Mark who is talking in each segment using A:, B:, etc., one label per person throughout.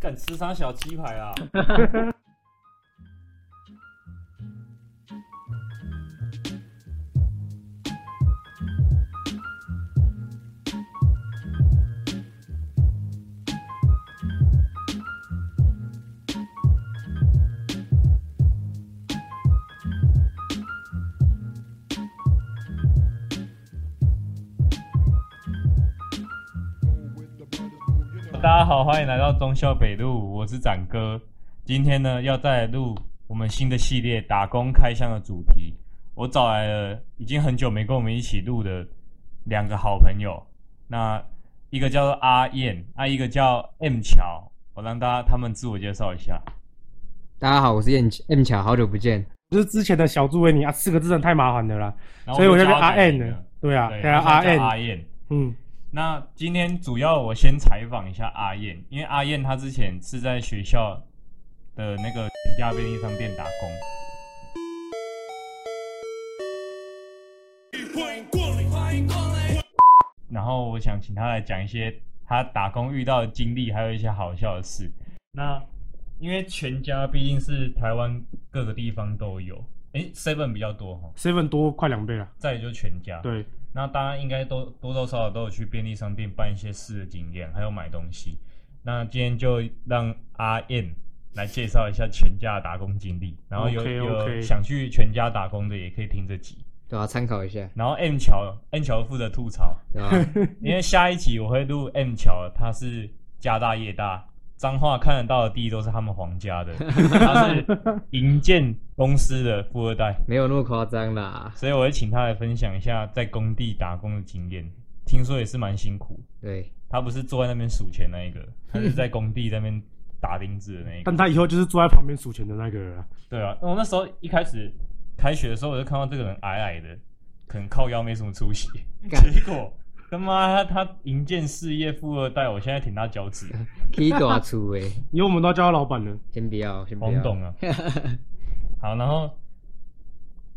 A: 敢吃啥小鸡排啊？ 大家好，欢迎来到中秀北路，我是展哥。今天呢，要再来录我们新的系列“打工开箱”的主题。我找来了已经很久没跟我们一起录的两个好朋友，那一个叫做阿燕，啊，一个叫 M 乔。我让大家他们自我介绍一下。
B: 大家好，我是燕 M 巧，好久不见。
C: 就是之前的小猪维尼啊，四个字真的太麻烦了啦。
A: 然后
C: 所以我
A: 就
C: 就
A: 叫
C: 叫
A: 他
C: 阿燕
A: 简
C: 了
A: 了。
C: 对啊，
A: 对，
C: 还有
A: 我想
C: 阿
A: 叫阿
C: 燕，
A: 燕。
C: 嗯，
A: 那今天主要我先采访一下阿燕，因为阿燕她之前是在学校的那个全家便利商店打工。然后我想请她来讲一些她打工遇到的经历，还有一些好笑的事。那因为全家毕竟是台湾各个地方都有，诶 Seven 比较多哈，
C: seven 多快两倍了。
A: 再来就全家。
C: 对，
A: 那大家应该都多多少少都有去便利商店办一些事的经验，还有买东西。那今天就让阿燕来介绍一下全家的打工经历，然后有
C: OK，OK
A: 有想去全家打工的也可以听这集。
B: 对啊，参考一下，
A: 然后 M 乔，M 乔负责吐槽，
B: 对吧、
A: 因为下一集我会录 M 乔，他是家大业大，脏话看得到的地都是他们皇家的，他是银建公司的富二代。
B: 没有那么夸张啦。
A: 所以我会请他来分享一下在工地打工的经验，听说也是蛮辛苦。
B: 对，
A: 他不是坐在那边数钱那一个，他是在工地那边打钉子的那一个
C: 但。他以后就是坐在旁边数钱的那个人啊。
A: 对啊，我那时候一开始开学的时候，我就看到这个人矮矮的，可能靠腰没什么出息。
B: 干
A: 结果他妈他他营建事业富二代，我现在挺他脚趾，
B: 可以大出诶，
C: 以后我们都要叫他老板了。
B: 先不要，先不
A: 懵
B: 要。
A: 懂啊。 好，然后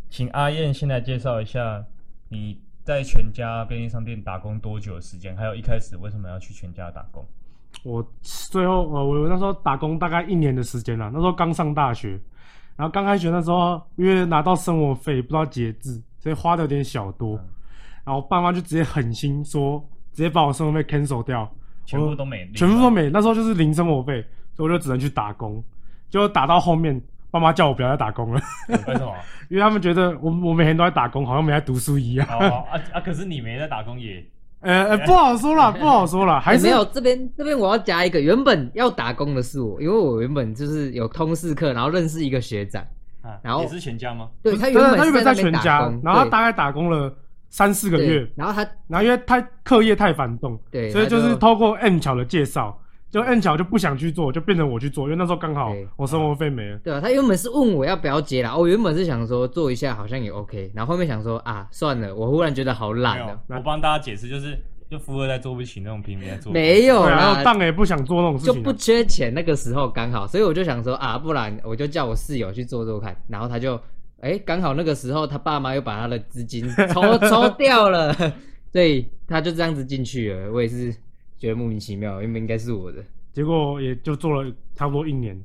A: 请阿燕先来介绍一下你在全家便利商店打工多久的时间，还有一开始为什么要去全家打工？
C: 我最后呃，我那时候打工大概一年的时间啦，那时候刚上大学，然后刚开学那时候，因为拿到生活费不知道节制，所以花的有点小多，
A: 嗯
C: 然后爸妈就直接狠心说，直接把我生活费 cancel 掉，
A: 全部都没领吗，
C: 全部都没，那时候就是零生活费，所以我就只能去打工，就打到后面，爸妈叫我不要再打工了，
A: 为什么？
C: 因为他们觉得我我每天都在打工，好像没在读书一样。
A: 哦啊啊！可是你没在打工也，
C: 呃呃，不好 说啦，不好说啦，还
B: 还
C: 是
B: 哎没有这边这边我要加一个，原本要打工的是我，因为我原本就是有通识课，然后认识一个学长，
A: 啊、
B: 然后
A: 也是全家吗？
B: 对
C: 对
B: 原
C: 啊
B: 本
C: 他原
B: 是
C: 本
B: 在那
C: 全
B: 边
C: 家
B: 打工，，
C: 然后他
B: 对
C: 大概打工了三四个月
B: 对，然后他
C: 然后因为他课业太繁重，
B: 对，
C: 所以
B: 他
C: 就是
B: 偷
C: 透过 M 巧的介绍，就 M 巧就不想去做，就变成我去做，因为那时候刚好
B: 对
C: 我生活费没了。
B: 对啊，他原本是问我要不要接啦，我原本是想说做一下好像也 OK，然后后面想说啊算了，我忽然觉得好
A: 没
B: 懒
A: 有
B: 哦，，
A: 我帮大家解释，就是就富二代做不起那种平民在做，
B: 没有
C: 对啊，然
B: 啦
C: 后，当然也不想做那种
B: 哦
C: 事
B: 就
C: 情
B: 不
C: 啊。
B: 缺钱，那个时候刚好，所以我就想说啊，不然我就叫我室友去做做看，然后他就，哎、刚好那个时候他爸妈又把他的资金抽 抽掉了，所以他就这样子进去了。我也是觉得莫名其妙，原本应该是我的，
C: 结果也就做了差不多一年，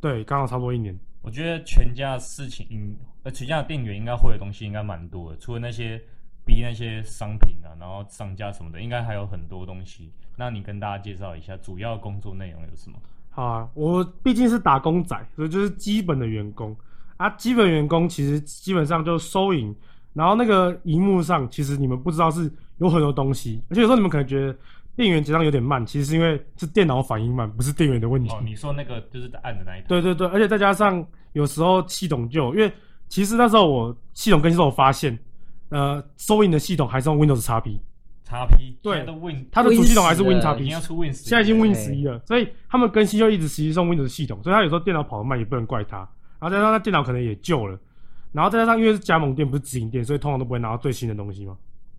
C: 对，刚好差不多一年。
A: 我觉得全家的事情，嗯呃，全家的店员应该会的东西应该蛮多的，除了那些逼那些商品啊，然后商家什么的，应该还有很多东西。那你跟大家介绍一下主要工作内容有什么？
C: 好啊，我毕竟是打工仔，所以就是基本的员工啊。基本员工其实基本上就收银，然后那个荧幕上其实你们不知道是有很多东西，而且有时候你们可能觉得店员结账有点慢，其实是因为是电脑反应慢，不是店员的
B: 嗯
C: 问题。
A: 哦，你说那个就是按的那一台，
C: 对对对，而且再加上有时候系统就有因为其实那时候我系统更新之后，我发现，呃，收银的系统还是用 Windows XP，
A: 叉 P，
C: 对
A: 现在都 Win，
C: 它的主系统还是 Win
B: Win 死了
A: 已经要
C: XP，
A: 出 Win 十，
C: 现在已经 Win
B: 对
C: 十一了，所以他们更新就一直实际用 Windows 系统，所以他有时候电脑跑得慢也不能怪他，然后再加上他电脑可能也旧了，然后再加上因为是加盟店不是直营店，所以通常都不会拿到最新的东西嘛。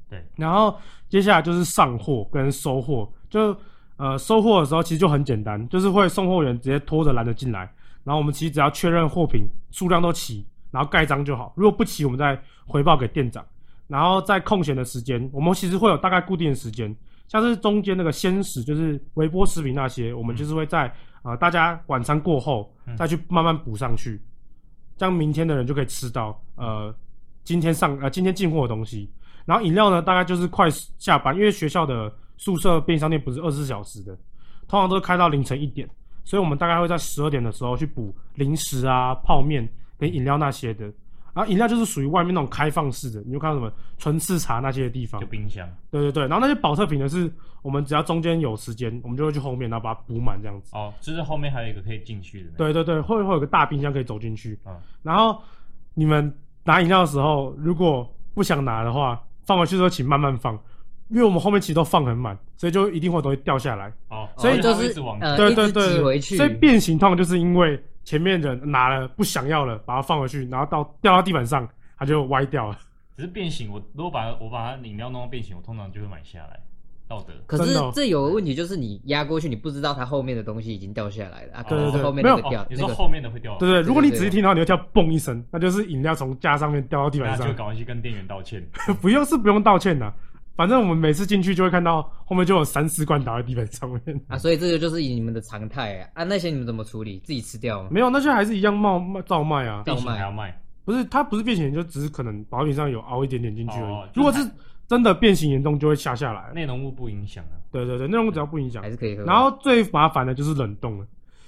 A: 对，
C: 然后接下来就是上货跟收货，就呃收货的时候其实就很简单，就是会送货员直接拖着篮子进来，然后我们其实只要确认货品数量都齐，然后盖章就好。如果不齐，我们再回报给店长。然后在空闲的时间，我们其实会有大概固定的时间，像是中间那个鲜食，就是微波食品那些，我们就是会在啊、大家晚餐过后
A: 嗯
C: 再去慢慢补上去，这样明天的人就可以吃到呃今天上呃今天进货的东西。然后饮料呢，大概就是快下班，因为学校的宿舍便利商店不是二十四小时的，通常都是开到凌晨一点，所以我们大概会在十二点的时候去补零食啊、泡面跟饮料那些的。然后饮料就是属于外面那种开放式的，你就看到什么纯次茶那些的地方
A: 就，冰箱
C: 对对对。然后那些保特瓶呢，是我们只要中间有时间，我们就会去后面，然后把它补满这样子。
A: 哦，就是后面还有一个可以进去的那个。
C: 对对对，会会有个大冰箱可以走进去。
A: 嗯
C: 然后你们拿饮料的时候，如果不想拿的话，放回去之后请慢慢放，因为我们后面其实都放很满，所以就一定会有东西掉下来。
A: 哦，
C: 所以
A: 它
B: 就
A: 会一
B: 是
A: 直往前
B: 呃，
C: 对
B: 一直
C: 对对，
B: 挤回去，
C: 所以变形通常就是因为前面人拿了不想要了，把它放回去，然后到掉到地板上，它就歪掉了。
A: 只是变形。我如果把我把它饮料弄到变形，我通常就会买下来。道德
B: 可是
C: 真的哦
B: 这有个问题，就是你压过去，你不知道它后面的东西已经掉下来了啊，
A: 哦
B: 可能是后面
C: 没
B: 那
C: 有
B: 个掉
A: 哦，你
B: 那
A: 说
B: 个
A: 后面的会掉，
C: 对
B: 对
C: 对，如果你
B: 对
C: 仔细听到，你会听到嘣一声，那就是饮料从架上面掉到地板
A: 那
C: 上
A: 就。赶快去跟店员道歉。
C: 不用是不用道歉的、反正我们每次进去就会看到后面就有三四罐倒在地板上面，
B: 啊，所以这个就是你们的常态啊啊，那些你们怎么处理？自己吃掉吗？
C: 没有那些还是一样冒卖照卖啊，
A: 变形还要卖，
C: 不是它不是变形，就只是可能保险上有凹一点点进去而已。
A: 哦就是
C: 如果是真的变形严重，就会下下来。
A: 内容物不影响啊。
C: 对对对，那种只要不影响
B: 还。是可以喝？
C: 然后最麻烦的就是冷冻了，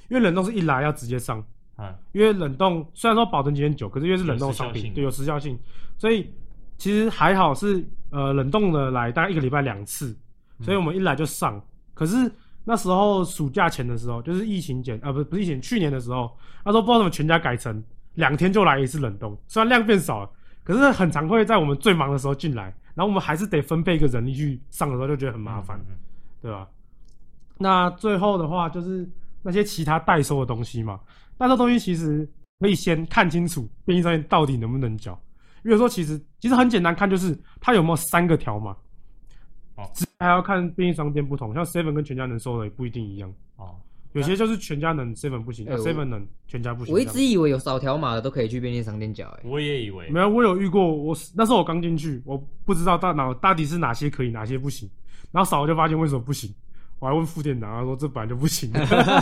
C: 因为冷冻是一来要直接上，
A: 啊，
C: 因为冷冻虽然说保存期限久，可是因为是冷冻商
A: 有时效
C: 品，
A: 性
C: 对，有时效性，所以其实还好是呃冷冻的来大概一个礼拜两次，
A: 嗯
C: 所以我们一来就上。可是那时候暑假前的时候，就是疫情前啊，不是不是疫情，去年的时候，那时候不知道怎么全家改成两天就来一次冷冻，虽然量变少了，可是很常会在我们最忙的时候进来，然后我们还是得分配一个人力去上的时候，就觉得很麻烦。
A: 嗯。嗯嗯
C: 对吧、啊那最后的话就是那些其他代收的东西嘛，代收东西其实可以先看清楚便利商店到底能不能缴，因为说其实其实很简单看就是它有没有三个条码，
A: 哦
C: 只还要看便利商店不同，像 Seven 跟全家能收的也不一定一样，
A: 哦，
C: 有些就是全家能 Seven 不行、
B: 哎我
C: s e v e n 能全家不行啊
B: 我
C: 这
B: 一
C: 样。
B: 直以为有扫条码的都可以去便利商店缴，哎，
A: 我也以为
C: 没有，我有遇过，我那时候我刚进去，我不知道大脑到底是哪些可以，哪些不行，然后扫了就发现为什么不行，我还问副店长，他说这本来就不行。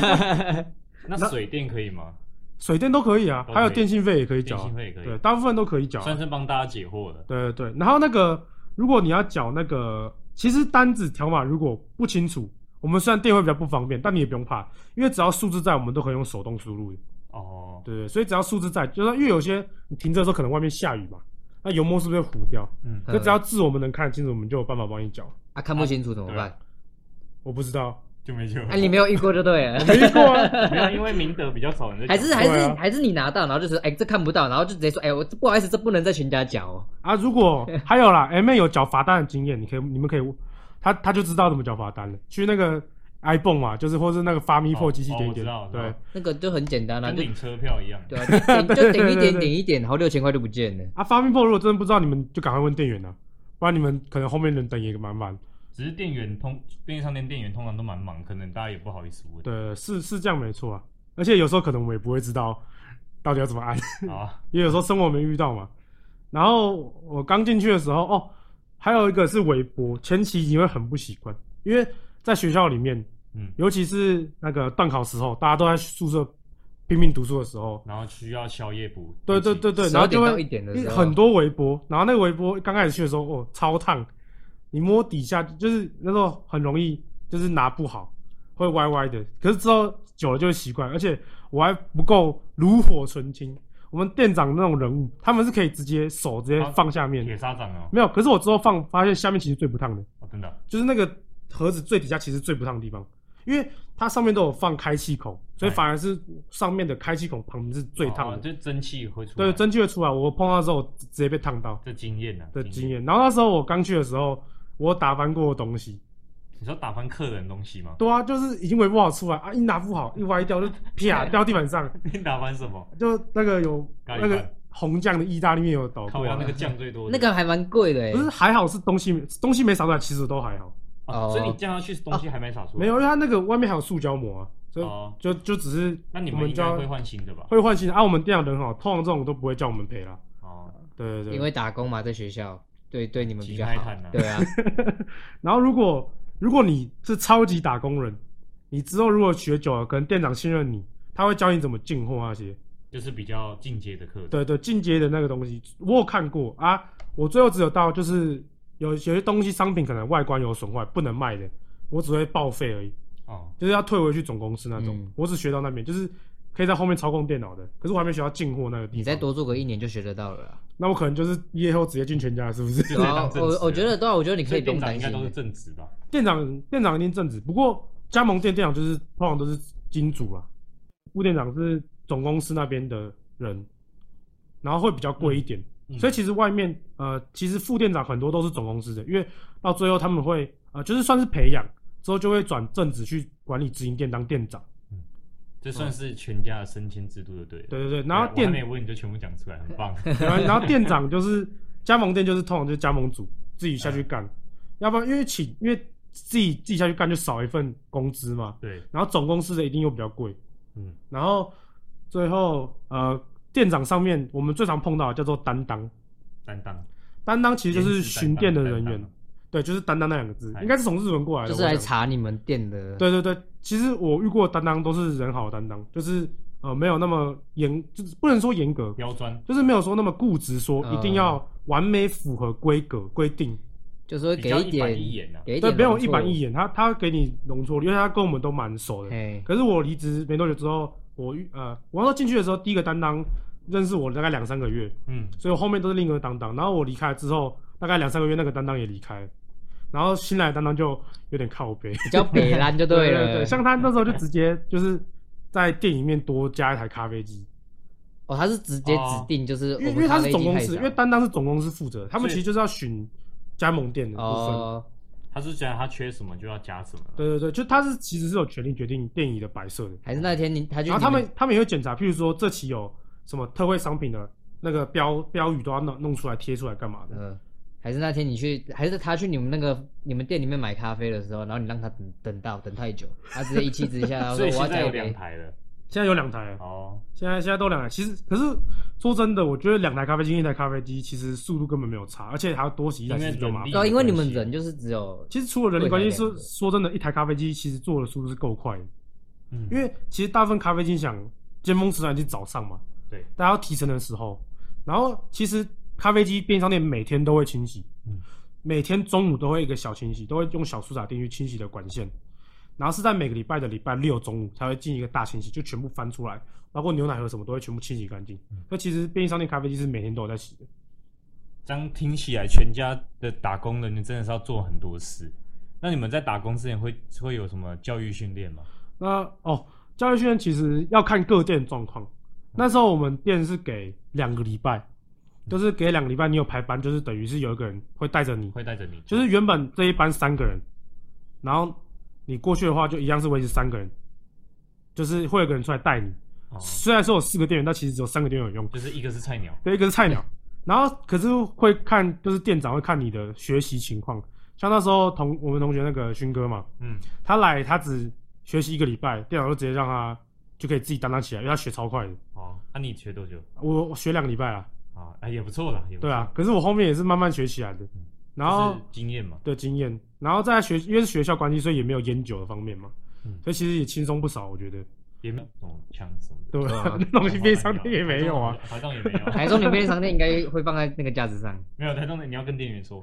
A: 那水电可以吗？
C: 水电都可以啊
A: 都可，以
C: 还有电信费也可以
A: 电
C: 缴
A: 信
C: 啊，
A: 费也可
C: 对，
A: 以，
C: 大部分都可以缴啊。
A: 算是帮大家解惑了。
C: 对对对，然后那个如果你要缴那个，其实单子条码如果不清楚，我们虽然电会比较不方便，但你也不用怕，因为只要数字在，我们都可以用手动输入的。
A: 哦，
C: 对对，所以只要数字在，就是因为有些你停车的时候可能外面下雨嘛，那油墨是不是会糊掉？
A: 嗯，
C: 就只要字我们能看得清楚，我们就有办法帮你缴。
B: 啊看不清楚怎么
A: 对
B: 办？
C: 我不知道，
A: 就没救了。
B: 啊，你没有遇过就对了。
C: 没遇过啊。
A: 没有，因为明德比较少人在讲。
B: 还是还是、
C: 对啊
B: 还是你拿到，然后就是哎、这看不到，然后就直接说哎、我不好意思，这不能在全家缴、哦。
C: 啊，如果还有啦，M 妹有缴罚单的经验，你可以，你们可以，他他就知道怎么缴罚单了。去那个 iPhone 嘛，就是或是那个发咪破机器
A: 哦
C: 点一
A: 我知
C: 点，
A: 道我知道
C: 对
B: 那个就很简单啦、
A: 跟
B: 就
A: 领车票一样。
B: 对啊，就点就 点一
C: 对对对
B: 点点一点，然后六千块就不见了。
C: 啊，发咪破如果真的不知道，你们就赶快问店员了、啊不然你们可能后面人等也蛮烦。
A: 只是店员通便利商店店员通常都蛮忙，可能大家也不好意思问。
C: 对，是是这样没错啊。而且有时候可能我们也不会知道到底要怎么按，
A: 好啊，
C: 因为有时候生活没遇到嘛。然后我刚进去的时候，哦，还有一个是微波，前期你会很不习惯，因为在学校里面，
A: 嗯，
C: 尤其是那个断考时候，大家都在宿舍拼命读书的时候，
A: 然后需要宵夜补。
C: 对对对对，
B: 12
C: 然后就
B: 点到
C: 会
B: 一点的时候
C: 很多微波，然后那个微波刚开始去的时候，哦，超烫，你摸底下就是那时候很容易就是拿不好，会歪歪的。可是之后久了就会习惯，而且我还不够炉火纯青。我们店长那种人物，他们是可以直接手直接
A: 啊
C: 放下面，
A: 铁砂掌哦，
C: 没有。可是我之后放发现下面其实最不烫的，
A: 哦真的
C: 就是那个盒子最底下其实最不烫的地方，因为它上面都有放开气孔，所以
A: 哎
C: 反而是上面的开气孔旁边是最烫
A: 哦
C: 的。
A: 就蒸汽会出来。
C: 对，蒸汽会出来，我碰到之后直直接被烫到
A: 这经验啊，
C: 的经
A: 验。
C: 验。然后那时候我刚去的时候，我打翻过东西，
A: 你说打翻客人东西吗？
C: 对啊，就是已经围不好出来啊，一拿不好一歪掉就 啪掉地板上，
A: 你打翻什么？
C: 就那个有
A: 咖喱
C: 那个
A: 饭
C: 红酱的意大利面有倒
A: 靠
C: 过
A: 腰
C: 啊
A: 那，个酱最多的。
B: 那个还蛮贵的、哎
C: 不是还好是东西没东西没洒出来，其实都还好，
A: 哦，
B: 哦
A: 所以你酱下去东西还没洒出来。
C: 没有，因为它那个外面还有塑胶膜啊，所以
A: 哦，
C: 就就只是
A: 那你
C: 我
A: 们
C: 们
A: 应
C: 就
A: 该
C: 要
A: 会换新的吧？
C: 会换新的啊。我们店长人好，通常这种都不会叫我们赔啦。
A: 哦，
C: 对对
B: 因
C: 对，
B: 为打工嘛，在学校，对对你们比较
A: 挤奶
B: 好
A: 摊啊，
B: 对啊，
C: 然后如果如果你是超级打工人，你之后如果学久了，可能店长信任你，他会教你怎么进货那些。
A: 就是比较进阶的课程。
C: 对对，进阶的那个东西，我有看过啊。我最后只有到就是有些东西商品可能外观有损坏，不能卖的，我只会报废而已，
A: 哦，
C: 就是要退回去总公司那种。
B: 嗯
C: 我只学到那边，就是可以在后面操控电脑的，可是我还没学到进货那个地方。
B: 你再，多做个一年就学得到了啦。
C: 那我可能就是毕业后直接进全家，是不是？
A: 直接
B: 然
A: 当
B: 后
A: 正职了。
B: 我我觉得，对啊，我觉得你可
A: 所
B: 以
A: 以
B: 不用
A: 店长
B: 担
A: 应
B: 心
A: 该都是
B: 的。
A: 正职吧？
C: 店长店长一定正职，不过加盟店店长就是通常都是金主啦，副店长是总公司那边的人，然后会比较贵一点。
A: 嗯
C: 所以其实外面呃，其实副店长很多都是总公司的，因为到最后他们会呃，就是算是培养之后就会转正职去管理直营店当店长。
B: 嗯
A: 这算是全家的升迁制度，就对了。
C: 对对对，然后
A: 哎我
C: 店
A: 还没问你就全部讲出来，很 棒。
C: 然后然后店长就是加盟店，就是通常就是加盟主自己下去干，
A: 哎
C: 要不然因为请因为自己自己下去干就少一份工资嘛，
A: 对，
C: 然后总公司的一定又比较贵，
A: 嗯，
C: 然后最后呃，店长上面我们最常碰到的叫做担当，
A: 担当
C: 担当其实就是巡店的人
A: 兼职担
C: 员
A: 当，
C: 对，就是担当那两个字，
A: 哎
C: 应该是从日文过来的，
B: 就是
C: 我
B: 来
C: 想。
B: 查你们店的，
C: 对对对，其实我遇过的担当都是人好的担当，就是呃没有那么严，就是不能说严格，
A: 刁钻，
C: 就是没有说那么固执，说
B: 嗯
C: 一定要完美符合规格规定，
B: 就是会
A: 比
B: 给
A: 较
B: 一
A: 一板
B: 点，
A: 一眼啊。
B: 给一
C: 对，
B: 点
C: 没有
B: 容
C: 一
B: 错
C: 板一。眼，他哦他会给你容错率，因为他跟我们都蛮熟的，
B: 嘿，
C: 可是我离职没多久之后，我遇呃，我那时候进去的时候，第一个担当认识我大概两三个月，
A: 嗯，
C: 所以我后面都是另一个担当。然后我离开之后，大概两三个月，那个担当也离开，然后新来的担当就有点靠背。
B: 比较北蓝就对了。
C: 对对，像他那时候就直接就是在店里面多加一台咖啡机，
B: 哦，他是直接指定，就是
C: 因为
B: 我
C: 因
B: 们
C: 为他
B: 咖
C: 是
B: 啡
C: 总
B: 机
C: 公
B: 太
C: 司，
B: 少
C: 因为担当是总公司负责，他们其实就是要巡加盟店的部分。
B: 哦，
A: 他是觉得他缺什么就要加什么。
C: 对对对，就他是其实是有权利决定店里的摆设的。
B: 还是那天你他去
C: 然后他
B: 你
C: 们他们也会检查，譬如说这期有什么特惠商品的那个标标语都要弄弄出来贴出来干嘛的？
B: 呃，还是那天你去，还是他去你们那个你们店里面买咖啡的时候，然后你让他等等到等太久，他直接一气之 下，然后
A: 所
B: 说
A: 以
B: 我要
A: 现在
B: 加
A: 有
B: 一
A: 两
B: 杯。
A: 台了。
C: 现在有两台了，
A: 哦，
C: 现在现在都两台。其实可是说真的，我觉得两台咖啡机一台咖啡机其实速度根本没有差，而且还要多洗一台，
A: 因
C: 其
A: 为
C: 实比较麻
A: 人力
B: 对
C: 烦。
B: 啊，因为你们
A: 关系
B: 人就是只有
C: 其实除了人力关系，
B: 对
C: 说说真的，一台咖啡机其实做的速度是够快的，
A: 嗯，
C: 因为其实大部分咖啡机想尖峰时段是早上嘛，
A: 对，
C: 大家要提神的时候，然后其实咖啡机便利商店每天都会清洗，
A: 嗯
C: 每天中午都会一个小清洗，都会用小苏打丁去清洗的管线，然后是在每个礼拜的礼拜六中午才会进一个大清洗，就全部翻出来，包括牛奶盒什么都会全部清洗干净。
A: 嗯
C: 所以其实便利商店咖啡机是每天都有在洗的，
A: 这样听起来，全家的打工人员真的是要做很多事。那你们在打工之前会会有什么教育训练吗？
C: 那哦，教育训练其实要看各店状况。那时候我们店是给两个礼拜，就是给两个礼拜，你有排班，就是等于是有一个人会带着你，
A: 会带着你，
C: 就是原本这一班三个人，然后你过去的话就一样是维持三个人，就是会有个人出来带你。
A: 哦、
C: 虽然说有四个店员，但其实只有三个店员有用。
A: 就是一个是菜鸟，
C: 对，一个是菜鸟，然后可是会看，就是店长会看你的学习情况。像那时候同我们同学那个勋哥嘛，
A: 嗯，
C: 他来他只学习一个礼拜，店长就直接让他就可以自己担当起来，因为他学超快的。
A: 哦，那、你学多久？
C: 我我学两个礼拜啊，
A: 啊，哎，也不错啦，也不错
C: 对啊，，可是我后面也是慢慢学起来的，然后
A: 就是经验嘛，
C: 的经验，然后在学，因为是学校关系，所以也没有烟酒的方面嘛，
A: 嗯
C: 所以其实也轻松不少，我觉得，
A: 也没有那种枪什么的，
C: 对
B: 对
C: 吧
B: 啊？
C: 那 东西便利商店也没有啊，
A: 台中也没有，
B: 台中你便利商店应该会放在那个架子上，
A: 没有台中的你要跟店员说，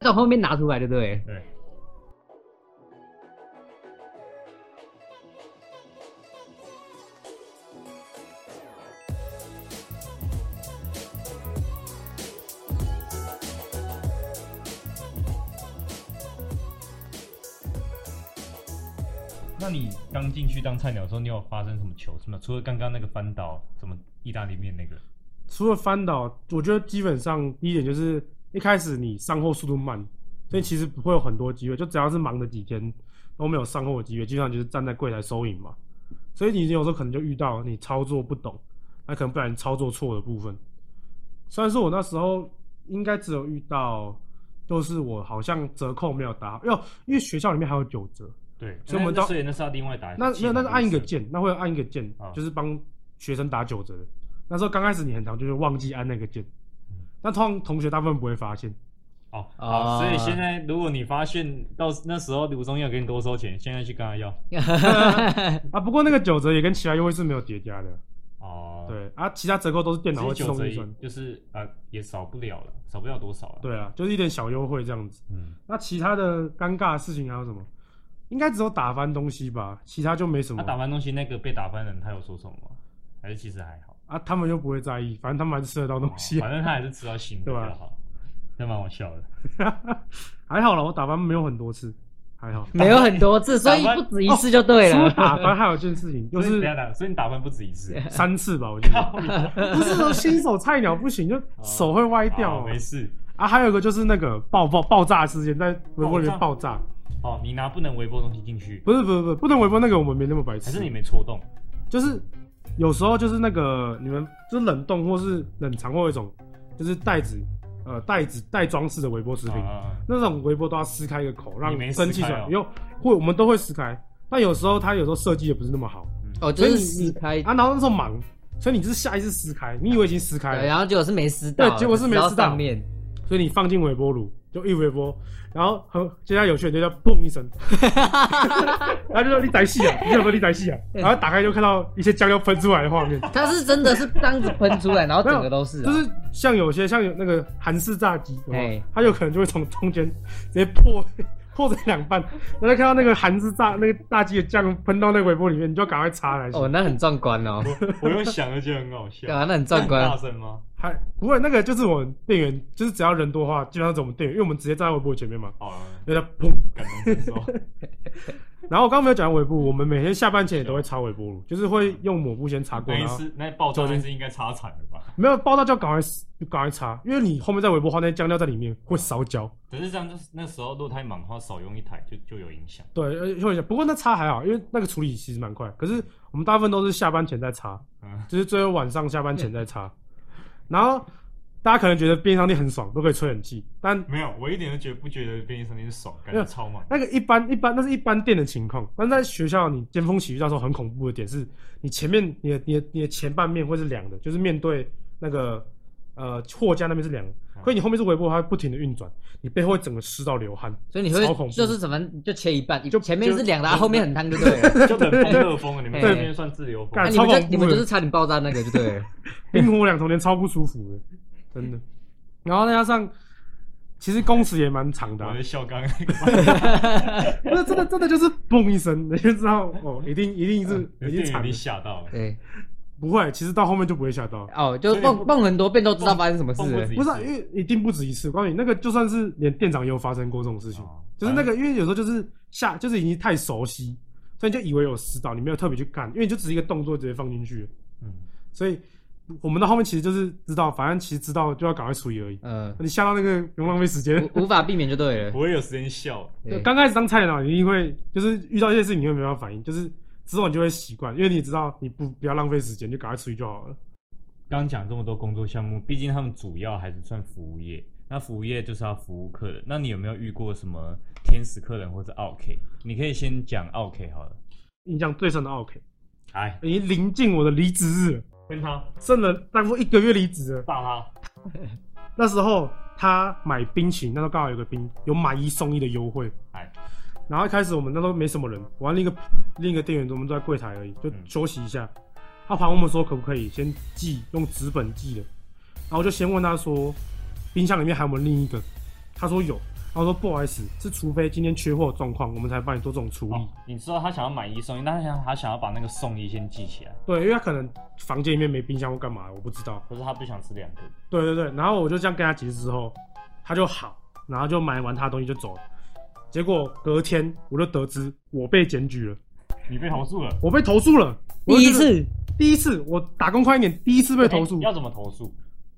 B: 到后面拿出来就对了。
A: 对，那你刚进去当菜鸟的时候，你有发生什么糗事吗？除了刚刚那个翻倒，什么意大利面那个，
C: 除了翻倒，我觉得基本上第一点就是一开始你上货速度慢，所以其实不会有很多机会，就只要是忙的几天都没有上货的机会，基本上就是站在柜台收银嘛，所以你有时候可能就遇到你操作不懂，那可能不然操作错的部分。虽然说我那时候应该只有遇到，就是我好像折扣没有打好，哟，因为学校里面还有九折，
A: 对，
C: 所以我们
A: 那
C: 到
A: 所以那是要另外打，
C: 那没有，那是按一个
A: 键，
C: 键，那会按一个键，
A: 啊
C: 就是帮学生打九折的。那时候刚开始你很常就是忘记按那个键
A: 嗯，
C: 那通常同学大部分不会发现，
A: 哦，
B: 哦
C: 啊
A: 好，所以现在如果你发现到那时候吴宗佑给你多收钱，现在去跟他要
C: 啊，不过那个九折也跟其他优惠是没有叠加的，
A: 哦，，
C: 对啊，其他折扣都是电脑会自
A: 九
C: 动
A: 折
C: 运算，
A: 就是啊也少不了了，少不了多少了，，
C: 对啊，就是一点小优惠这样子。
A: 嗯，
C: 那其他的尴尬的事情还有什么？应该只有打翻东西吧，其他就没什么
A: 他啊打翻东西那个被打翻的人他有说什么吗？还是其实还好，
C: 啊，他们又不会在意，反正他们还是吃得 到东西啊
A: 哦， 反正他还是吃到新的比
C: 对啊吧
A: 较好，那蛮好笑的。
C: 还好啦，我打翻没有很多次，还好。
B: 没有很多次，所以不止一次就对
C: 说
B: 了。
C: 打翻还有一件事情，就
A: 所以你等
C: 是
A: 一下所以你打翻不止一 次，
C: 三次吧，我 觉得不是说新手菜鸟不行，就手会歪掉
A: 哦哦没事。
C: 啊。还有一个就是那个爆爆爆炸事件，在微波里面爆炸，
A: 哦，你拿不能微波东西进去，
C: 不是不是不是不能微波那个，我们没那么白
A: 还是你
C: 痴，
A: 没戳动？
C: 就是有时候就是那个你们就是冷冻或是冷藏或一种就是袋子呃袋子袋装式的微波食品，
A: 啊，
C: 那种微波都要撕开一个口，让
A: 你没
C: 蒸汽
A: 撕
C: 出
A: 开
C: 来
A: 哦，
C: 因为会我们都会撕开，但有时候它有时候设计的不是那么好。
B: 哦，
C: 所
B: 就
C: 以
B: 是
C: 你
B: 撕
A: 哎
B: 开，
C: 啊，然后那时候忙，所以你就是下意识撕开，你以为已经撕开
A: 啊
B: 对
C: 了，
B: 然后结果是没撕到，
C: 对结果是
B: 只
C: 没撕到
B: 知道上面。
C: 所以你放进微波炉就一微波，然后很接下来有趣的就叫砰 一声，然后就说你仔细啊，你有没有你仔细啊？
B: 嗯
C: 然后打开就看到一些酱料喷出来的画面，
B: 它是真的是这样子喷出来，然后整个都是啊，
C: 就是像有些像有那个韩式炸鸡，有没有
B: 哎
C: 它有可能就会从中间直接 破破成两半，然后就看到那个韩式炸那个炸鸡的酱喷到那个微波里面，你就啊要赶快擦来洗。
B: 哦，那很壮观哦，
A: 我又想了就很好笑
B: 对啊，那很壮观
A: 大。声吗？
C: 还不会那个就是我们店员，就是只要人多的话，基本上是我们店员，因为我们直接站在微波炉前面嘛，
A: 好，
C: 就在砰。
A: 感同身受。
C: 然后我刚刚没有讲尾部，我们每天下班前也都会擦微波炉，就是会用抹布先擦过，
A: 那一
C: 然后
A: 次那爆炸那次应该擦惨了吧？
C: 没有爆炸就赶快赶快擦，因为你后面在微波的话，那些酱料在里面会烧焦。
A: 可是这样就是那时候如果太忙的话，少用一台就就有影响。
C: 对，而且会有一些不过那擦还好，因为那个处理其实蛮快。可是我们大部分都是下班前在擦，
A: 嗯，
C: 就是最后晚上下班前在擦。然后大家可能觉得便利商店很爽，都可以吹冷气，但
A: 没有，我一点都觉得不觉得便利商店是爽，感觉超 忙。
C: 那个一般一般，那是一般店的情况。但在学校，你尖峰起遇到时候很恐怖的点是，你前面你的你的你的前半面会是凉的，就是面对那个呃货架那边是凉的，
A: 哦
C: 可是你后面是微波，它会不停的运转，你背后会整个湿到流汗。
B: 所以你
C: 超
B: 会
C: 恐怖
B: 就是怎么你就切一半，
C: 就
B: 前面是凉的，啊
A: 就
B: 后面很烫就 对了。
A: 就冷风热风了，你们
B: 对
A: 这边算自由风
B: 啊
C: 干。
B: 你们
C: 超恐
B: 就你
C: 怖的
B: 们就是差点爆炸那个就对了。
C: 冰火两重天超不舒服的， 真的。然后再加上，其实工时也蛮长的、
A: 我
C: 啊
A: 的，笑 刚刚
C: 那真的真的就是嘣一声，你就知道哦，一定一 定是
A: 有
C: 已经
A: 点啊有
C: 惨了
A: 点。吓到了，哦
B: 对，
C: 不会，其实到后面就不会吓到。
B: 哦，就
A: 所以你
B: 蹦
A: 不
B: 蹦很多遍都知道发生什么事
A: 蹦不
B: 了
A: 止。一
C: 不是、啊，
A: 次
C: 因为一定不止一次。我告诉你，那个就算是连店长也有发生过这种事情，
A: 哦
C: 就是那个，因为有时候就是下，就是已经太熟悉，所以你就以为有私道，你没有特别去看，因为你就只是一个动作直接放进去，
A: 嗯，
C: 所以我们到后面其实就是知道，反正其实知道就要赶快处理而已。
B: 嗯，
C: 你下到那个不用浪费时间。
B: 无无法避免就对了。
A: 不会有时间笑。
B: 对
C: 刚开始当菜鸟，你一定会就是遇到一些事情，你会没办法反应，就是之后你就会习惯，因为你知道你不不要浪费时间，就赶快处理就好了。
A: 刚讲这么多工作项目，毕竟他们主要还是算服务业。那服务业就是要服务客人。那你有没有遇过什么天使客人或者 OK？你可以先讲 OK 好了。
C: 印象最深的 OK，
A: 来，
C: 已经临近我的离职日了，
A: 跟他
C: 剩了大概一个月离职了。
A: 大他，
C: 那时候他买冰淇淋，那时候刚好有个冰有买一送一的优惠。
A: 哎，
C: 然后一开始我们那时候没什么人，我和另一个另一个店员，我们都在柜台而已，就
A: 嗯
C: 休息一下。他喊我们说可不可以先寄用纸本寄的，然后我就先问他说冰箱里面还有没有另一个，他说有，然后我说不好意思，是除非今天缺货状况，我们才帮你做这种处理。
A: 哦，你知道他想要买一送一，但他想他想要把那个送一先记起来，
C: 对，因为他可能房间里面没冰箱或干嘛，我不知道。
A: 可是他不想吃两个。
C: 对对对，然后我就这样跟他解释之后，他就好，然后就买完他的东西就走了。结果隔天我就得知我被检举了，
A: 你被投诉了，
C: 我被投诉了。我
B: 第
C: 就
B: 一
C: 觉得，
B: 次，
C: 第一次，我打工快一点，第一次被投诉
A: 哎。要怎么投诉？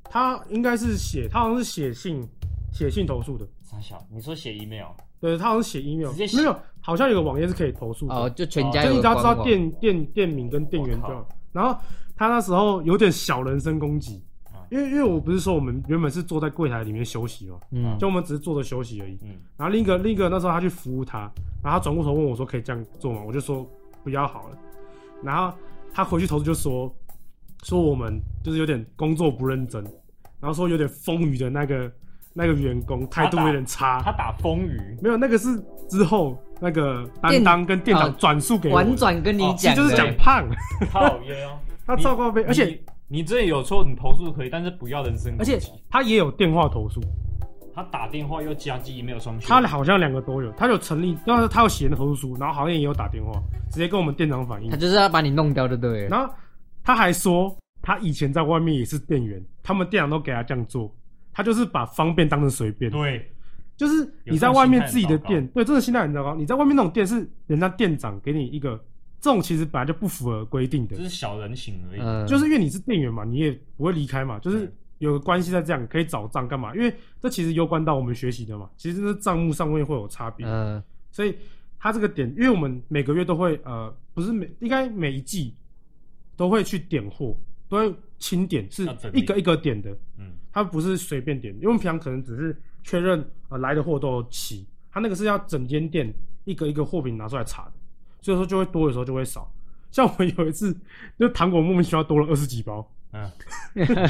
C: 他应该是写，他好像是写信，写信投诉的。
A: 傻小，你说写 email，
C: 对，他好像写 email，
A: 直接写
C: 没有，好像有个网页是可以投诉的。
B: 哦，就全家
C: 就
B: 有个
C: 你只要
B: 光
C: 知
B: 网。
C: 道店店店名跟店员就
A: 我
C: 好。然后他那时候有点小人身攻击
A: 啊，
C: 因为因为我不是说我们原本是坐在柜台里面休息嘛，
B: 嗯，
C: 就我们只是坐着休息而已。
A: 嗯，
C: 然后另一个另一个那时候他去服务他，然后他转过头问我说可以这样做吗？我就说不要好了。然后他回去投诉就说说我们就是有点工作不认真，然后说有点风雨的那个那个员工态度有点差，
A: 他打风雨，
C: 没有，那个是之后那个担
B: 店
C: 当跟店
B: 哦
C: 长转述给我的，
B: 婉转跟你
C: 其
B: 讲
C: 实
B: 的，
C: 就是讲
A: 对
C: 胖，
A: 讨厌哦。
C: 他照告被， 而且
A: 欸你你这里有错，你投诉可以，但是不要人身攻
C: 而
A: 击。
C: 且他也有电话投诉，
A: 他打电话又加机，没有双休。
C: 他好像两个都有，他有成立，然后他有写那投诉书，然后好像也有打电话，直接跟我们店长反映
B: 他，就是要把你弄掉，就对了。
C: 然后他还说他以前在外面也是店员，他们店长都给他这样做，他就是把方便当成随便，
A: 对，
C: 就是你在外面自己的店，对，真的心态很糟糕。你在外面那种店是人家店长给你一个，这种其实本来就不符合规定的
A: 这，是小人情而已。
B: 嗯，
C: 就是因为你是店员嘛，你也不会离开嘛，就是
A: 嗯
C: 有个关系在这样，可以找账干嘛？因为这其实攸关到我们学习的嘛，其实这账目上面会有差别，
B: 嗯
C: 所以他这个点，因为我们每个月都会呃，不是每应该每一季都会去点货，都会清点，是
A: 要整理
C: 一个一个点的，
A: 嗯，
C: 它不是随便点，因为我们平常可能只是确认呃来的货都有齐，它那个是要整间店一个一个货品拿出来查的，所以说就会多，有时候就会少。像我们有一次，就糖果莫名其妙多了二十几包，
A: 嗯， 可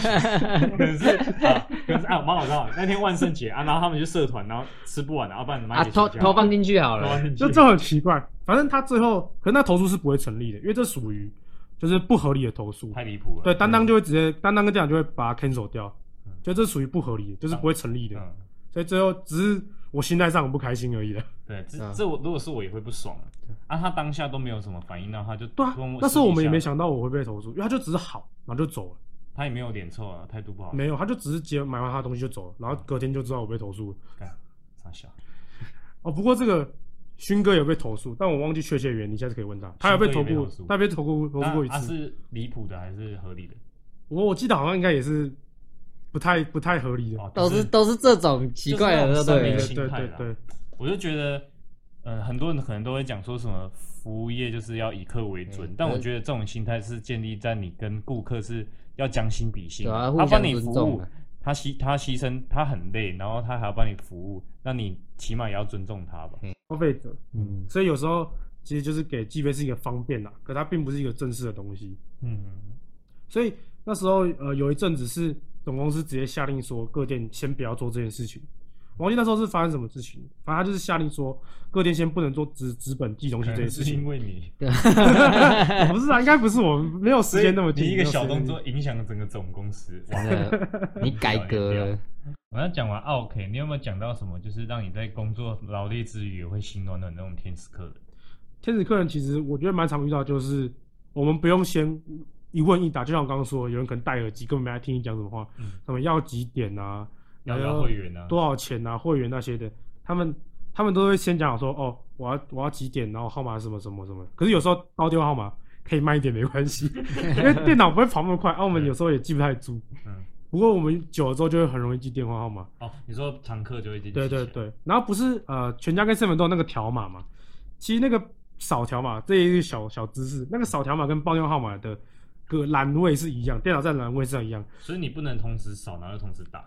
A: 是啊，可是啊，蛮好笑的。那天万圣节啊，然后他们去社团，然后吃不完，然后把你卖
B: 啊，
A: 给
B: 偷
A: 全家
B: 偷放进去好
A: 投
B: 了。
A: 放进
C: 就
A: 去。
C: 这很奇怪。反正他最后，可是那投诉是不会成立的，因为这属于就是不合理的投诉。
A: 太离谱了。
C: 对，担当就会直接担当跟店长就会把它 cancel 掉
A: 嗯，
C: 就这属于不合理的，就是不会成立的。
A: 嗯，
C: 所以最后只是我心态上很不开心而已了。
A: 对，这
B: 嗯
A: 这我如果是我也会不爽啊。啊，他当下都没有什么反应，然后他就
C: 对啊
A: 跟，
C: 那时候我们也没
A: 私底
C: 想到我会被投诉，因为他就只是好，然后就走了。
A: 下，他也没有脸臭啊，态度不好，
C: 没有，他就只是接买完他的东西就走了，然后隔天就知道我被投诉了。
A: 干傻笑。
C: 哦，不过这个勋哥有被投诉，但我忘记确切原因，你下次可以问他。他有被投
A: 勋哥也被
C: 过
A: 投诉，
C: 他被投过投诉过一
A: 那他
C: 次。
A: 是离谱的还是合理的？
C: 我我记得好像应该也是不太不太合理的。
A: 哦，
B: 都
A: 就是
B: 都是这种奇怪的，
A: 就是那种生
B: 对不
C: 对
A: 命
B: 对？
A: 心
C: 对
A: 态
C: 对
A: 啦
C: 对，
A: 我就觉得，呃，很多人可能都会讲说什么服务业就是要以客为准，
B: 嗯
A: 但我觉得这种心态是建立在你跟顾客是要将心比心，
B: 对啊，互
A: 他
B: 相
A: 帮你服
B: 尊重
A: 务
B: 啊，。
A: 他牺他牺牲，他很累，然后他还要帮你服务，那你起码也要尊重他吧。
C: 消费者，
A: 嗯
C: 所以有时候其实就是给计费是一个方便啦，可它并不是一个正式的东西。
A: 嗯，
C: 所以那时候呃有一阵子是总公司直接下令说各店先不要做这件事情。我忘记那时候是发生什么事情，反正他就是下令说各店先不能做纸纸本寄东西这件事
A: 是因
C: 情。
A: 为你，
C: 不是啊，应该不是 我没有时间那么
A: 你
C: 紧。
A: 一个小
C: 没有时间
A: 动作影响整个总公司。哇
B: 真 的，你改革了，
A: 我要讲完 OK，你有没有讲到什么就是让你在工作劳累之余也会心暖的那种天使客人？
C: 天使客人其实我觉得蛮常遇到，就是我们不用先一问一答，就像我刚刚说，有人可能戴耳机根本没来听你讲什么话，
A: 嗯
C: 什么要几点啊，
A: 要不
C: 然
A: 要
C: 后
A: 会员啊？
C: 多少钱啊，会员那些的，他们他们都会先讲好说，哦，我要我要几点，然后号码什么什么什么。可是有时候报电话号码可以慢一点没关 系，因为电脑不会跑那么快，啊，我们有时候也记不太住。
A: 嗯，
C: 不过我们久了之后就会很容易记电话号码。
A: 哦，你说常客就会进。
C: 对对，对，然后不是呃，全家跟 seven 都有那个条码嘛？其实那个扫条码这一个小小知识，那个扫条码跟报电话号码的个栏位是一样，电脑在栏位上一样。
A: 所以你不能同时扫，然后又同时打。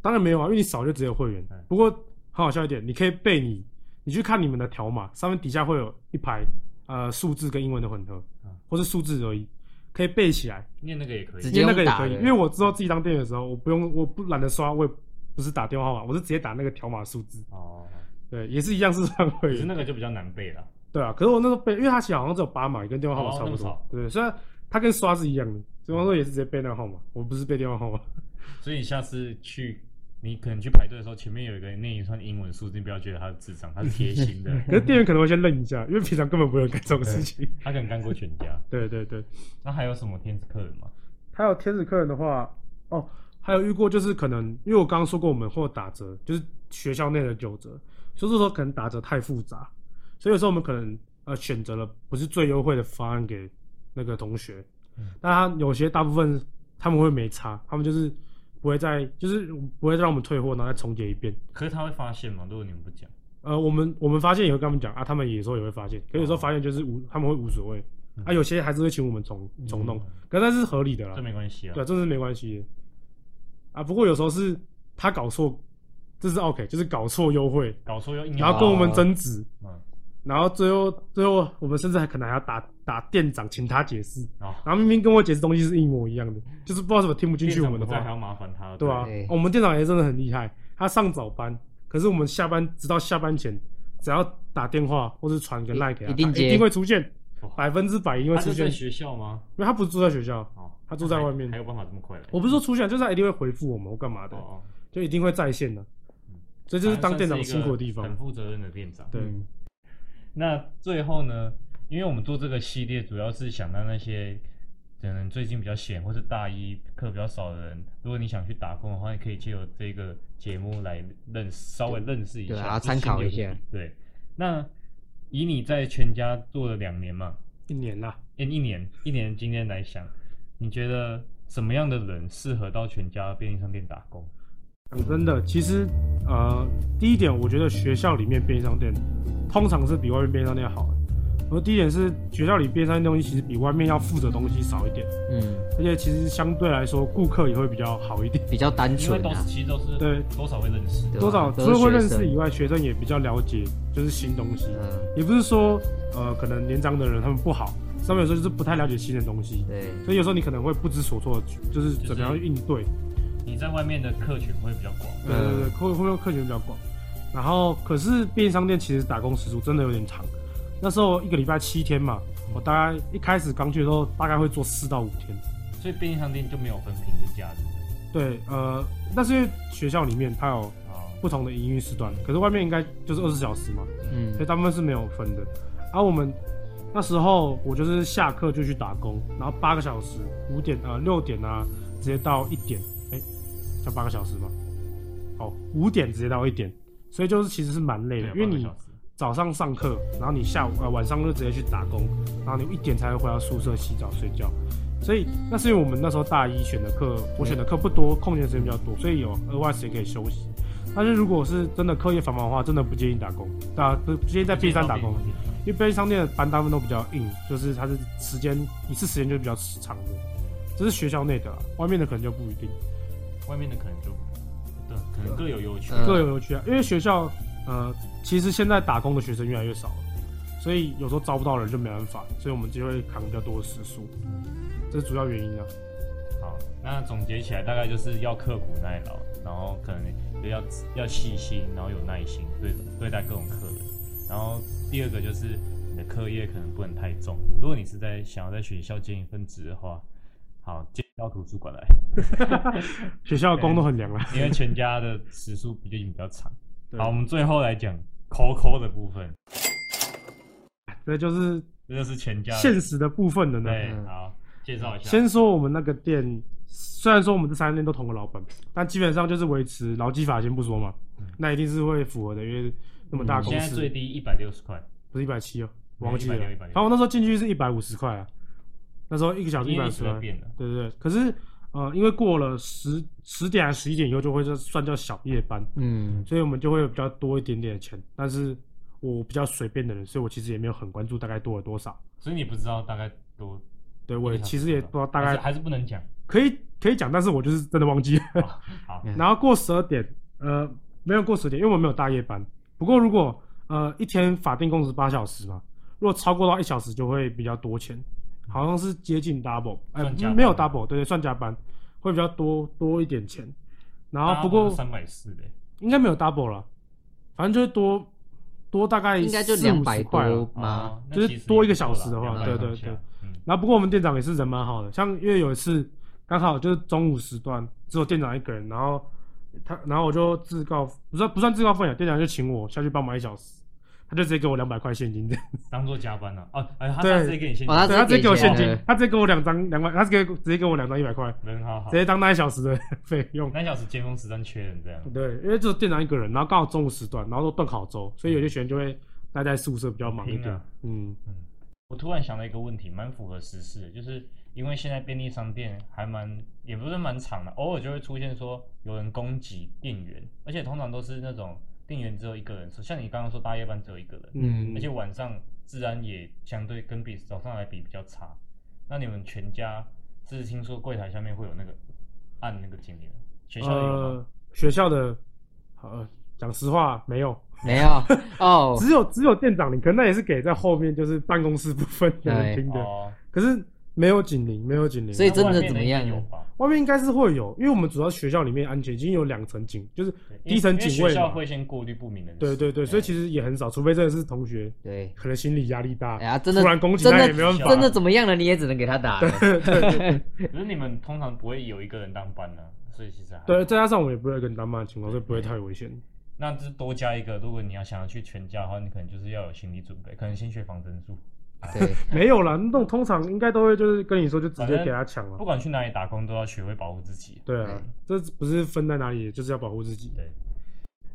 C: 当然没有啊，因为你少就只有会员
A: 嗯。
C: 不过很好笑一点，你可以背你，你去看你们的条码，上面底下会有一排呃数字跟英文的混合
A: 嗯，
C: 或是数字而已，可以背起来。
A: 念那个也可
B: 直
A: 以。
B: 接
C: 因为那个也
B: 用打
C: 可以，
B: 的
C: 因为我知道自己当店员的时候，我不用，我不懒得刷，我也不是打电话号码，我是直接打那个条码数字。
A: 哦，
C: 对，也是一样是算会
A: 可是
C: 员。
A: 那个就比较难背了。
C: 对啊，可是我那时候背，因为它其实好像只有八码，跟电话号码差
A: 哦
C: 不
A: 那么
C: 多
A: 少。
C: 对，虽然它跟刷是一样的，所以我说也是直接背那个号码，我不是背电话 号码。
A: 所以你下次去，你可能去排队的时候，前面有一个念一串英文数字，你不要觉得他是智障，他是贴心的，
C: 可是店员可能会先愣一下，因为平常根本不会有干这种事情。
A: 他可能干过全家。
C: 对对对。
A: 那还有什么天使客人吗？
C: 还有天使客人的话，哦，还有遇过就是可能，因为我刚刚说过我们会有打折，就是学校内的九折，就是说可能打折太复杂，所以有时候我们可能呃选择了不是最优惠的方案给那个同学
A: 嗯，
C: 但他有些大部分他们会没差，他们就是不会再就是不会让我们退货，然后再重结一遍。
A: 可是他会发现吗？如果你们不讲，
C: 呃，我们我们发现也会跟他们讲啊，他们有时候也会发现，可有时候发现就是无他们会无所谓
A: 嗯
C: 啊，有些还是会请我们重重弄，可是那是合理的啦
A: 这。没关系啊
C: 对，。这是没关系的啊。不过有时候是他搞错，这是 OK，就是搞错优惠，
A: 搞错又硬
C: 然
A: 要
C: 后跟我们争执，
A: 嗯，
C: 然后最后最后我们甚至还可能还要打打店长，请他解释。
A: 然后
C: 然后明明跟我解释东西是一模一样的，就是不知道怎么听不进去我们的
A: 店长不在还
C: 话，
A: 要麻烦他，
C: 对吧、啊
B: 对
C: 我们店长也真的很厉害，他上早班，可是我们下班直到下班前，只要打电话或是传个
B: 一
C: line 给他，
B: 一定
C: 他
B: 接
C: 一定会出现
A: 哦，
C: 百分之百一定会
A: 他
C: 出
A: 就
C: 现
A: 在，学校吗？
C: 因为他不是住在学校，
A: 哦，
C: 他住在外面哦
A: 还有办法这么快来？
C: 我不是说出现，就是他一定会回复我们或干嘛的，
A: 哦，
C: 就一定会在线的
A: 嗯。
C: 所以
A: 这
C: 这是当店长辛苦的地方
A: 很。负责任的店长。
C: 对
B: 嗯
A: 那最后呢，因为我们做这个系列，主要是想让那些可能最近比较闲或是大一课比较少的人，如果你想去打工的话，你可以借由这个节目来认识，稍微认识一下，
B: 对啊
A: 就是
B: 参考一
A: 心里有
B: 下
A: 个底。对，那以你在全家做了两年嘛，
C: 一年啦、
A: 一一年一年经验来想，你觉得什么样的人适合到全家便利商店打工？
C: 讲真的，其实呃，第一点，我觉得学校里面便利商店通常是比外面便利商店好的。然后第一点是学校里便利商店东西其实比外面要附的东西少一点，
B: 嗯，
C: 而且其实相对来说顾客也会比较好一点，
B: 比较单
A: 因为
B: 纯
A: 都是
B: 啊，
A: 其实都是
C: 对
A: 多少会认识。
B: 对啊
C: 多少
B: 都
C: 除了
B: 是
C: 会
B: 学
C: 认识
B: 生
C: 以外，学生也比较了解就是新东西。
B: 嗯，
C: 也不是说呃可能年长的人他们不好，他们有时候就是不太了解新的东西，
B: 对，
C: 所以有时候你可能会不知所措，就是
A: 就是
C: 怎么样应对。
A: 你在外面的客群会比较广。
C: 对对对，会会不会客群比较广？然后可是便利商店其实打工时数真的有点长，那时候一个礼拜七天嘛，我大概一开始刚去的时候大概会做四到五天。
A: 所以便利商店就没有分平日假日的
C: 对，呃，但是因为学校里面它有
A: 啊。
C: 不同的营运时段，可是外面应该就是二十小时嘛，所以
B: 嗯
C: 大部分是没有分的。而、我们那时候我就是下课就去打工，然后八个小时，五点啊六点啊，直接到一点，哎、才八个小时嘛，哦，五点直接到一点，所以就是其实是蛮累的，因为
A: 八个
C: 你
A: 小时
C: 早上上课，然后你下午呃晚上就直接去打工，然后你一点才会回到宿舍洗澡睡觉。所以那是因为我们那时候大一选的课，我选的课不多，空闲时间比较多，所以有额外时间可以休息。但是如果是真的课业繁忙的话，真的不建议打工，啊不不建议在 B 站打工，因为便利商店的班大部分都比较硬，就是它是时间一次时间就比较长的，这是学校内的啦，啊外面的可能就不一定，
A: 外面的可能就对，可能各有优缺。
B: 嗯
C: 各有有趣啊。因为学校呃，其实现在打工的学生越来越少了，所以有时候招不到人就没办法，所以我们就会扛比较多的时数，这是主要原因啊。
A: 好，那总结起来大概就是要刻苦耐劳，然后可能也要要细心，然后有耐心对对待各种客人。然后第二个就是你的课业可能不能太重，如果你是在想要在学校兼一份职的话，好接到图书馆来，
C: 学校的工都很凉啊了，
A: 因为全家的时数毕竟比较长。
C: 对
A: 哎好，我们最后来讲扣扣的部分，
C: 这就是
A: 这就是全家的
C: 现实的部分了呢。
A: 对，
B: 嗯
A: 好，介绍一下。
C: 先说我们那个店，虽然说我们这三间都同个老板，但基本上就是维持劳基法先不说嘛，那一定是会符合的，因为那么大
A: 嗯
C: 公
A: 现在
C: 司、
A: 最哎低一百六十块，
C: 不是一百七哦，忘记了。
A: 160
C: 反正我那时候进去是一百五十块啊，那时候一个小时一
A: 因为
C: 百
A: 你
C: 五十
A: 随
C: 块，
A: 变了。
C: 对对对。可是呃，因为过了十十点还十一点以后就会算叫小夜班，
B: 嗯，
C: 所以我们就会有比较多一点点的钱。但是我比较随便的人，所以我其实也没有很关注大概多了多少。
A: 所以你不知道大概多，
C: 对我
A: 啊
C: 也其实也不知道大
A: 还是
C: 概
A: 还是不能讲。
C: 可以可以讲，但是我就是真的忘记了。
A: 好，
B: 嗯
C: 然后过十二点，呃，没有过十点，因为我们没有大夜班。不过如果呃一天法定工时八小时嘛，如果超过到一小时就会比较多钱，好像是接近 double，哎、
A: 算加班
C: 没有 double，对对，算加班会比较多多一点钱。然后不过
A: 三百四的，
C: 应该没有 double 了，反正就是多多大概
B: 应该就
C: 4-50
B: 两百
C: 块啊
B: 多
C: 了。
B: 嘛，
A: 哦那
C: 就是
A: 其实
C: 多一
A: 也
C: 个
A: 不错
C: 小时的
A: 啦
C: 话
A: 200
B: 对
C: 对
A: 上下
C: 对
A: 嗯，
C: 然后不过我们店长也是人蛮好的，像因为有一次刚好就是中午时段只有店长一个人，然后他然后我就自告不算不算自告奋勇，店长就请我下去帮忙一小时，他就直接给我两百块现金的，
A: 当做加班了。哦，哎，他
C: 对
A: 上次也给你现
B: 哦他
A: 金，
C: 对他直接给我现
B: 给
C: 金
B: 钱，
C: 他直接给我两张两百，他直接直接给我两张一百块，
A: 人好好
C: 直。接当那一小时的费用。
A: 那小时尖峰时段缺人这样，
C: 对，因为只有店长一个人，然后刚好中午时段，然后都炖好粥，所以有些学员就会待在宿舍比较忙一
A: 拼
C: 点
A: 了。
C: 嗯，
A: 我突然想到一个问题，蛮符合时事的，就是因为现在便利商店还蛮，也不是蛮长的，偶尔就会出现说有人攻击店员，而且通常都是那种店员只有一个人，像你刚刚说大夜班只有一个人，
C: 嗯
A: 而且晚上治安也相对跟比早上来比比较差。那你们全家是听说柜台下面会有那个按那个警铃，学校也有吗？
C: 呃，学校的，呃，讲实话没有，
B: 没有哦，
C: 只有只有店长领，可能那也是给在后面就是办公室部分的人听的，
A: 哦，
C: 可是没有警铃，没有警铃。
B: 哎所以真的
A: 那外面
B: 怎么样
A: 应该
B: 呢
A: 有吧？
C: 外面应该是会有，因为我们主要学校里面安全已经有两层警，就是第一层
A: 因为
C: 警卫
A: 学校
C: 嘛。
A: 会哎先过滤不明人士。
C: 对对对，所以其实也很少，除非真的是同学
B: 对，
C: 可能心理压力大，
B: 哎呀，真的
C: 突然攻击
B: 真
C: 他
B: 的
C: 也没办法。
B: 真的怎么样了，你也只能给他打了。
A: 可是你们通常不会有一个人当班呢、所以其实还好
C: 对，再加上我们也不会跟单班的情况，所以不会太危险。
A: 那就是多加一个。如果你要想要去全家的话，你可能就是要有心理准备，可能先学防身术。
B: 对，
C: 没有啦，那种通常应该都会就是跟你说，就直接给他抢
A: 不
C: 了。
A: 管去哪里打工，都要学会保护自己。
C: 对啊，这不是分在哪里，就是要保护 自己。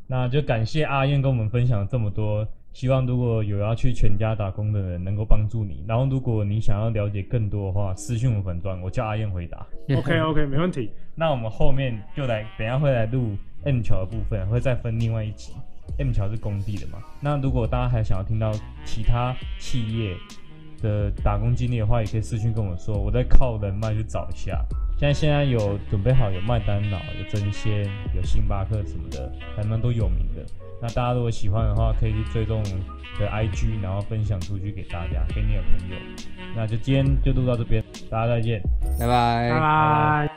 A: 那就感谢阿燕跟我们分享这么多。希望如果有要去全家打工的人，能够帮助你。然后，如果你想要了解更多的话，私信我粉专，我叫阿燕回答。
C: OK OK，没问题。
A: 那我们后面就来，等一下会来录 M 桥的部分，会再分另外一集。M 桥是工地的嘛？那如果大家还想要听到其他企业的打工经历的话，也可以私信跟我说，我再靠人脉去找一下。现在现在有准备好有麦当劳、有真鲜、有星巴克什么的，还蛮多有名的。那大家如果喜欢的话，可以去追踪我们的 IG，然后分享出去给大家，给你的朋友。那就今天就录到这边，大家再见。
B: 拜
C: 拜
B: 拜。
C: 拜。